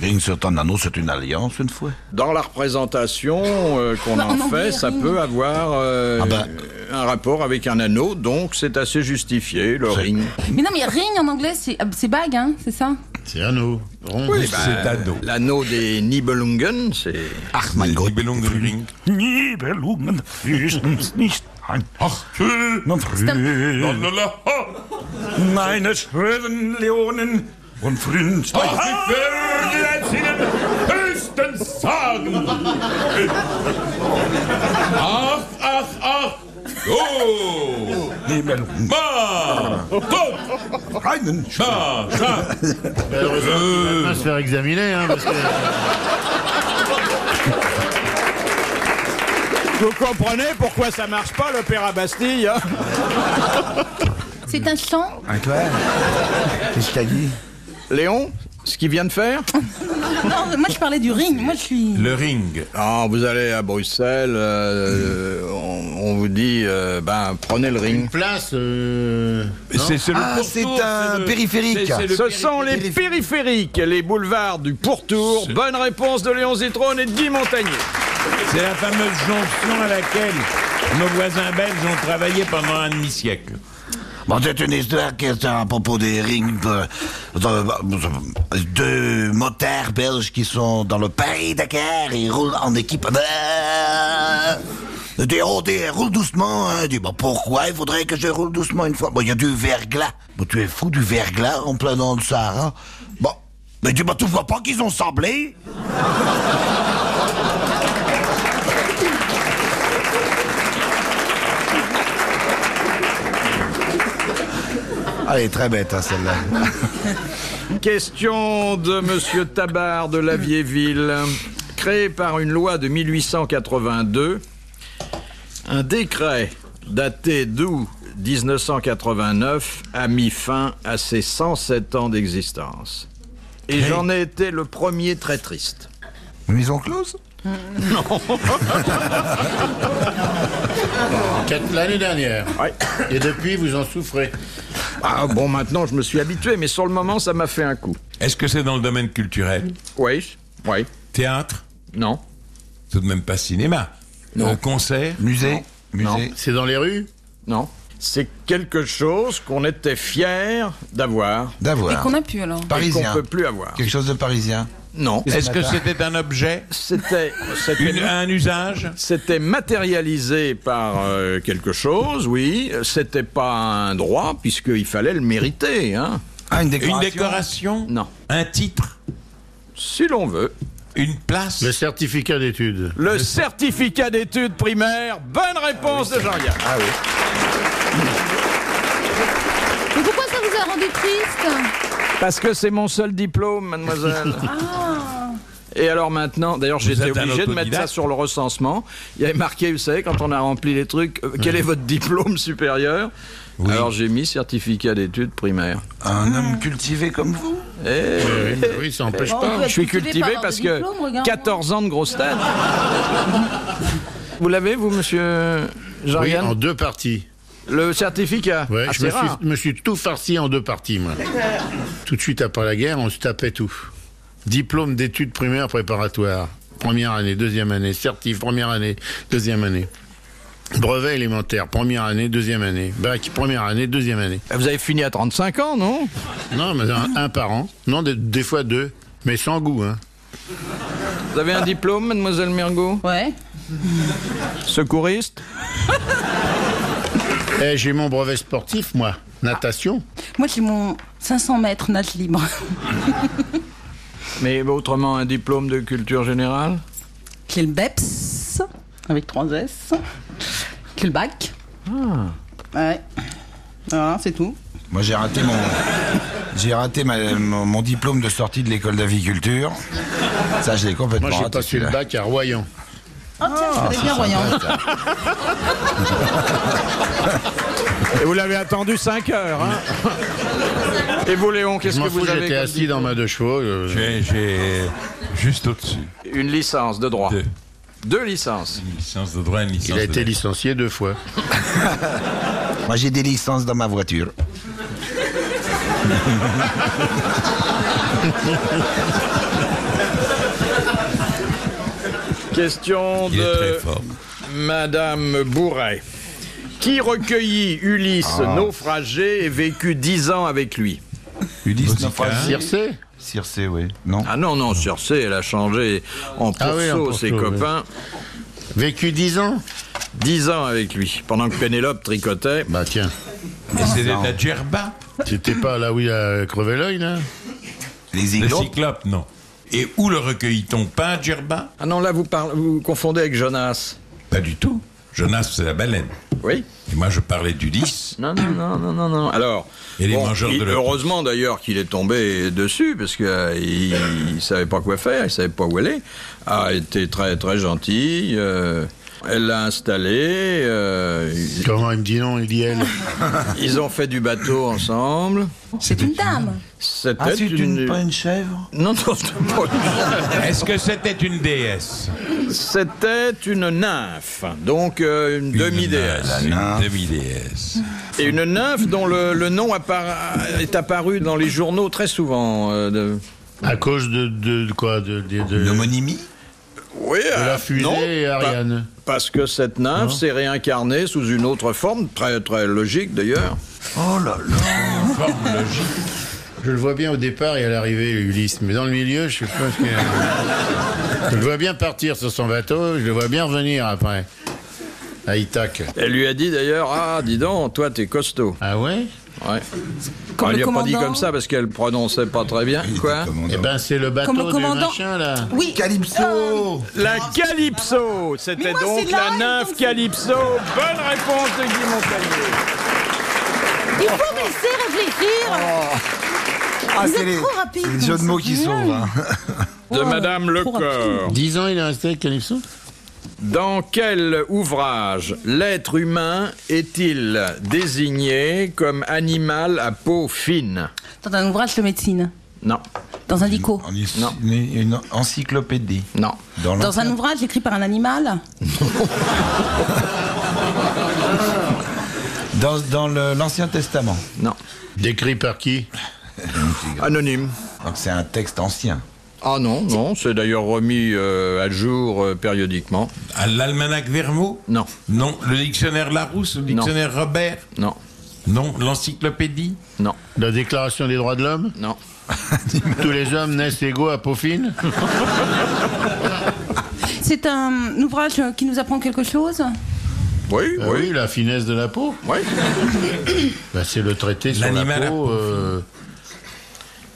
ring sur un anneau, c'est une alliance, une fois.
Dans la représentation euh, qu'on
Bah,
en
on en
fait,
dit
ça
ring.
peut avoir euh,
Ah bah.
un rapport avec un anneau, donc c'est assez justifié, le
C'est-
ring.
Mais non, mais ring en anglais, c'est ah, c'est bague, hein, c'est ça
C'est un anneau. Rond.
C'est anneau.
Euh, L'anneau des Nibelungen, c'est...
Les ballons de ring.
Nibelungen ist nicht ein
Ach, tu- Oh
Frieden.
là là, oh.
Meine schönen Leonen und Frünste.
Euch die Vögel erzielen höchstens Sorgen. Ach, ach, ach. Oh,
Nibelungen.
ma, tot,
Einen
cha, cha.
On
Euh,
va se faire examiner, hein, parce que
Vous comprenez pourquoi ça marche pas, l'Opéra Bastille hein
C'est un chant
Un clair Qu'est-ce que t'as dit
Léon, ce qu'il vient de faire
Non, moi je parlais du ring. Moi je suis.
Le ring.
Non, Ah, vous allez à Bruxelles, euh, on, on vous dit, euh, ben, prenez le ring.
une place. euh, non
C'est celui
Ah, c'est un périphérique.
Ce sont les périphériques, les boulevards du pourtour. Bonne réponse de Léon Zitrone et de Guy Montagnier.
C'est la fameuse jonction à laquelle nos voisins belges ont travaillé pendant un demi-siècle.
Bon, c'est une histoire qui est à propos des rings euh, de, de- de motards belges qui sont dans le Paris-Dakar et roulent en équipe. Euh, Des oh, des- roule doucement. Hein. Dis, bon, pourquoi il faudrait que je roule doucement une fois Bon, il y a du verglas. Bon, tu es fou du verglas en plein dans le Sahara Bon, mais tu, bah, tu vois pas qu'ils ont semblé Allez, très bête, hein, celle-là.
Question de Monsieur Tabar de Lavierville. Créé par une loi de 1882, un décret daté d'août 1989 a mis fin à ses 107 ans d'existence. Et j'en ai été le premier très triste.
Maison close
Quatre- L'année dernière. Et depuis, vous en souffrez.
Ah bon, maintenant je me suis habitué, mais sur le moment ça m'a fait un coup.
Est-ce que c'est dans le domaine culturel
Oui, oui,
Théâtre
non.
Tout de même pas cinéma. Un concert
Musée Musée
C'est dans les rues
Non. C'est quelque chose qu'on était fier d'avoir
et
D'avoir.
qu'on a pu alors.
et qu'on
Parisien.
peut plus avoir.
Quelque chose de parisien.
Non.
Est-ce que c'était un objet
C'était c'était-
Une- Un usage
c'était matérialisé par euh, quelque chose, oui. C'était pas un droit puisqu'il fallait le mériter, hein.
Ah, une
Une
décoration.
décoration
Non.
Un titre
Si l'on veut.
Une place
Le certificat d'études.
Le certificat d'études primaires. Bonne réponse de Jean-Yann.
Mais pourquoi ça vous a rendu triste
Parce que c'est mon seul diplôme, mademoiselle. Ah. Et alors maintenant, d'ailleurs j'étais
êtes un
obligé de mettre
autodidacte
ça sur le recensement. Il y avait marqué, vous savez, quand on a rempli les trucs, euh, quel est votre diplôme supérieur Alors j'ai mis certificat d'études primaires.
Ah, Un homme cultivé comme vous
Et
Oui, oui, ça n'empêche
Bon, on
pas.
peut être
je suis
cultivé
cultivé
par
parce
avoir des
que
diplômes, regarde.
14 ans de grosse tête. vous l'avez, vous, monsieur
Oui,
Jean-Yann
en deux parties.
Le certificat
Ouais,
Ah,
je
c'est
me suis,
rare.
me suis tout farci en deux parties, moi. tout de suite après la guerre, on se tapait tout. Diplôme d'études primaires préparatoires. Première année, deuxième année, certif, première année, deuxième année. Brevet élémentaire, première année, deuxième année. Bac, première année, deuxième année.
Vous avez fini à 35 ans, non
Non, mais un, un par an. Non, des, des fois deux. Mais sans goût, hein.
Vous avez un diplôme, mademoiselle Mergot
Ouais.
Secouriste
Eh, j'ai mon brevet sportif, moi. Natation.
Moi j'ai mon 500 mètres nage libre.
Mais autrement, un diplôme de culture générale
J'ai le BEPS avec 3 S. J'ai le
Ah.
bac. Ouais. Voilà, c'est tout.
Moi j'ai raté mon J'ai raté ma- mon, mon diplôme de sortie de l'école d'aviculture. Ça, je l'ai complètement
Moi, j'ai
raté.
passé le
celui-là.
bac à Royan.
Oh
Ah,
tiens, je connais bien Royan.
Et vous l'avez attendu 5 heures. hein. Et vous, Léon, qu'est-ce
Je
que
m'en
vous
fous,
avez
j'étais
comme
assis dans ma deux chevaux. euh,
J'ai- J'ai juste au-dessus.
diplôme Une licence de droit.
Deux.
Deux licences.
Une licence de droit, une licence
Il a
de
été licencié deux fois.
Moi, j'ai des licences dans ma voiture.
Question
Il est
de
très fort.
Madame Bourret. Qui recueillit Ulysse
Ah.
naufragé et vécut dix ans avec lui
Ulysse
Hein
Circé
Circé, oui. Non
Ah non, non, Circé, elle a changé en pourceau
Ah oui, en
ses
pourceau, oui.
copains.
Vécu dix ans
Dix ans avec lui, pendant que Pénélope tricotait.
Bah tiens,
Et c'est de la gerba,
c'était pas là où il a crevé l'œil, là
Les
le
iglots
cyclope, non. Et où le recueillit-on Pas à gerba
Ah non, là, vous, parlez, vous confondez avec Jonas.
Pas du tout. Jonas, c'est la baleine.
Oui
Et moi, je parlais d'Ulysse.
Non, non, non, non, non, non. Alors,
Et les mangeurs
il-
de lapins.
heureusement d'ailleurs qu'il est tombé dessus, parce qu'il il savait pas quoi faire, il savait pas où aller. A été très, très gentil. euh, elle l'a installé. euh, ils-
Comment il me dit non, il dit elle
ils ont fait du bateau ensemble.
C'est une dame.
C'était
Ah, c'est
une...
une, pas une chèvre
Non, non, c'était pas une-
Est-ce que c'était une déesse
c'était une nymphe, donc euh, une demi-déesse.
Une
nymphe.
demi-déesse.
Et une nymphe dont le, le nom appara- est apparu dans les journaux très souvent. euh, de...
À cause de, de, de quoi de, de, de-
L'homonymie
Oui,
de
euh,
la fusée
non,
et
pas-
Ariane.
Parce que cette nymphe s'est réincarnée sous une autre forme, très très logique d'ailleurs.
Forme logique.
Je le vois bien au départ et à l'arrivée, Ulysse. Mais dans le milieu, je sais pas ce qu'il y a. Je le vois bien partir sur son bateau, je le vois bien revenir après. À Ithaque.
Elle lui a dit d'ailleurs, ah dis donc, toi t'es costaud.
Ah ouais
Ouais.
Comme
elle
le
lui Ah, a pas dit
commandant.
comme ça parce qu'elle prononçait pas très bien. Quoi
Eh ben, c'est le bateau
Comme le
du
commandant.
machin, là.
Oui. Euh,
Calypso
La Calypso,
Mais
c'était
moi,
donc
c'est
la
là,
nymphe
donc c'est-
Calypso. Bonne réponse de Guy Montagnier.
Il faut me laisser réfléchir.
Oh.
Ah,
Vous
c'est
êtes
les,
trop rapide,
c'est les
comme
jeux de
ça.
mots qui sauvent. hein.
De
Oh.
Madame
trop rapide.
Lecor.
10 ans, il est resté avec Calypso
Dans quel ouvrage l'être humain est-il désigné comme animal à peau fine
Dans un ouvrage de médecine.
Non,
Dans un dico.
En is-
Non.
Une, une encyclopédie.
non.
Dans
Dans un
l'encyclopédie.
ouvrage écrit par un animal.
Dans, dans le- l'Ancien Testament.
Non.
Décrit par qui
Anonyme.
Donc c'est un texte ancien.
Ah non, non, c'est d'ailleurs remis euh, à jour euh, périodiquement.
À l'almanach Vermeau
Non,
Non. Le dictionnaire Larousse Le dictionnaire Robert
non,
Non. L'encyclopédie
non,
La Déclaration des droits de l'homme
non.
Tous les hommes naissent égaux à peau fine
C'est un ouvrage qui nous apprend quelque chose.
Oui,
Ah
oui,
Oui, la finesse de la peau.
oui.
Bah, c'est le traité sur la
L'animal à
peau.
peau
euh,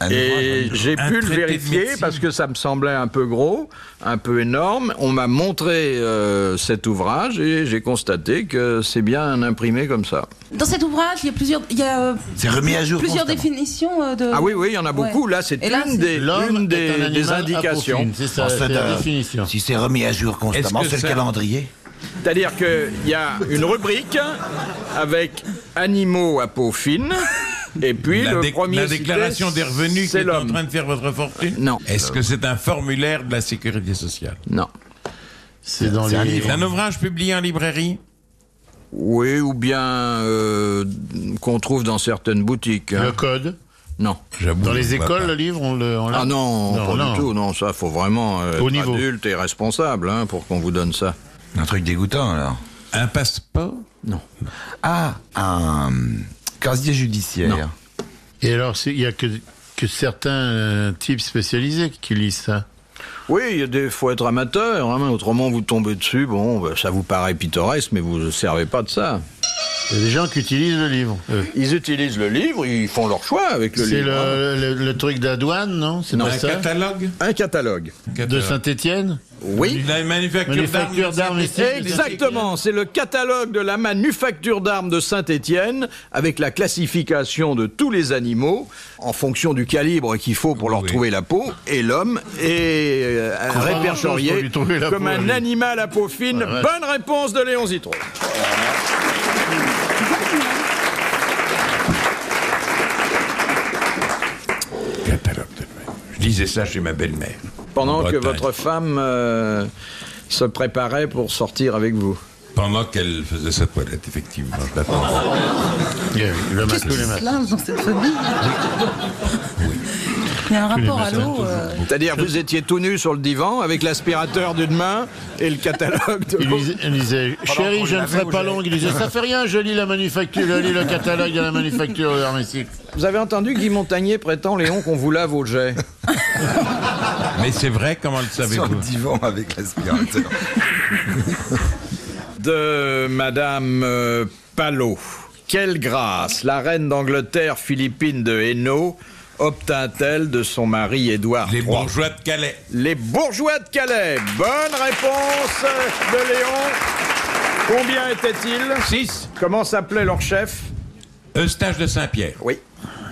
Un
Et
ouvrage,
j'ai
Un
pu le
traité de
vérifier
médecine.
parce que ça me semblait un peu gros, un peu énorme. On m'a montré euh, cet ouvrage et j'ai constaté que c'est bien un imprimé comme ça.
Dans cet ouvrage, il y a plusieurs, il y a euh,
C'est remis à jour.
plusieurs
constamment.
définitions euh, de.
Ah oui, oui, il y en a beaucoup.
Ouais.
Là, c'est
Et là,
une,
c'est-
des,
L'homme
une
est un
des,
animal
des
à peau
indications.
fine. C'est ça,
Ah,
c'est la
euh,
définition.
Si c'est remis à jour constamment,
Est-ce que
c'est le
ça-
calendrier.
C'est-à-dire qu'il y a une rubrique avec animaux à peau fine, et puis
la,
le
dé-
premier
la
cité,
déclaration des revenus qui
c'est
est en
l'homme.
train de faire votre fortune
Non.
Est-ce que c'est un formulaire de la sécurité sociale
Non.
C'est dans
C'est un
les...
livre.
Un ouvrage publié en librairie
Oui, ou bien euh, qu'on trouve dans certaines boutiques. hein.
Le code.
Non.
J'avoue,
Dans les
je vois
écoles,
pas.
le livre, on le... on l'a
Ah non,
Non,
pas
non.
du tout. Non, ça, faut vraiment euh,
Au
être
niveau.
adulte et responsable hein, pour qu'on vous donne ça.
Un truc dégoûtant, alors.
Un passeport
Ah, un casier judiciaire.
Et alors, c'est- il n'y a que, que certains euh, types spécialisés qui lisent ça.
Oui, il y a des faut être bah, amateur. hein, autrement, vous tombez dessus. Bon, ben, ça vous paraît pittoresque, mais vous ne servez pas de ça.
Il y a des gens qui utilisent le livre. eux.
Ils utilisent le livre, ils font leur choix avec le
C'est
livre. hein.
le, le- le truc de la douane, non C'est pas
Un
ça
catalogue
Un catalogue.
De Saint-Étienne
Oui.
La manufacture d'armes.
Manufacture d'armes et
Exactement, c'est le catalogue de la manufacture d'armes de Saint-Étienne avec la classification de tous les animaux en fonction du calibre qu'il faut pour leur
Oui.
trouver la peau et l'homme est euh,
vraiment chance de
répertorié
lui trouver la
comme
peau,
un
lui.
animal à peau fine.
Ouais, ouais.
Bonne réponse de Léon Zitron.
Catalogue de Je disais ça chez ma belle-mère.
Pendant
En
que
Bretagne.
votre femme euh, se préparait pour sortir avec vous.
Pendant qu'elle faisait sa toilette, effectivement. je l'attendais.
Il y a- Le matin, tous les matins.
Large dans cette famille. Il y a un rapport à l'eau. euh,
C'est-à-dire vous étiez tout nu sur le divan avec l'aspirateur d'une main et le catalogue de
Il
l'autre.
disait, il disait, chérie, je ne ferai pas longue. Il disait, ça fait rien, je lis la manufacture, je lis le catalogue de la manufacture de l'armestique.
Vous avez entendu Guy Montagnier prétend, Léon, qu'on vous lave au jet.
Mais c'est vrai, comment le
Sur le
savez-vous
divan avec l'aspirateur.
De Madame euh, Palot. Quelle grâce la reine d'Angleterre Philippine de Hainaut obtint-elle de son mari Édouard
Les
III
bourgeois de Calais.
Les bourgeois de Calais. Bonne réponse euh, de Léon. Combien étaient-ils
6.
Comment s'appelait leur chef
Eustache de Saint-Pierre.
Oui.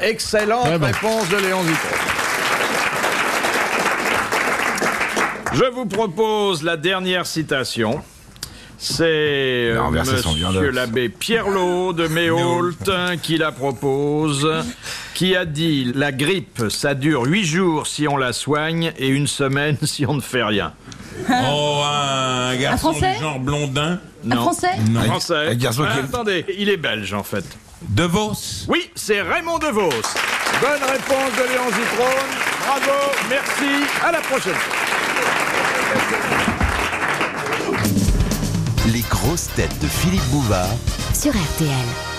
Excellente
Très bon.
réponse de Léon Dupont. Je vous propose la dernière citation. C'est
a
euh,
renversé son
Monsieur
viandox.
l'abbé Pierlot de Méholt hein, qui la propose, qui a dit La grippe, ça dure huit jours si on la soigne et une semaine si on ne fait rien.
Oh, un garçon
Français
du genre blondin.
Un français
Non.
Français.
Un garçon qui-
Ah, Attendez, il est belge en fait.
De Vos.
Oui, c'est Raymond DeVos. Bonne réponse de Léon Zitrone. Bravo, merci, à la prochaine.
Les grosses têtes de Philippe Bouvard
Sur RTL.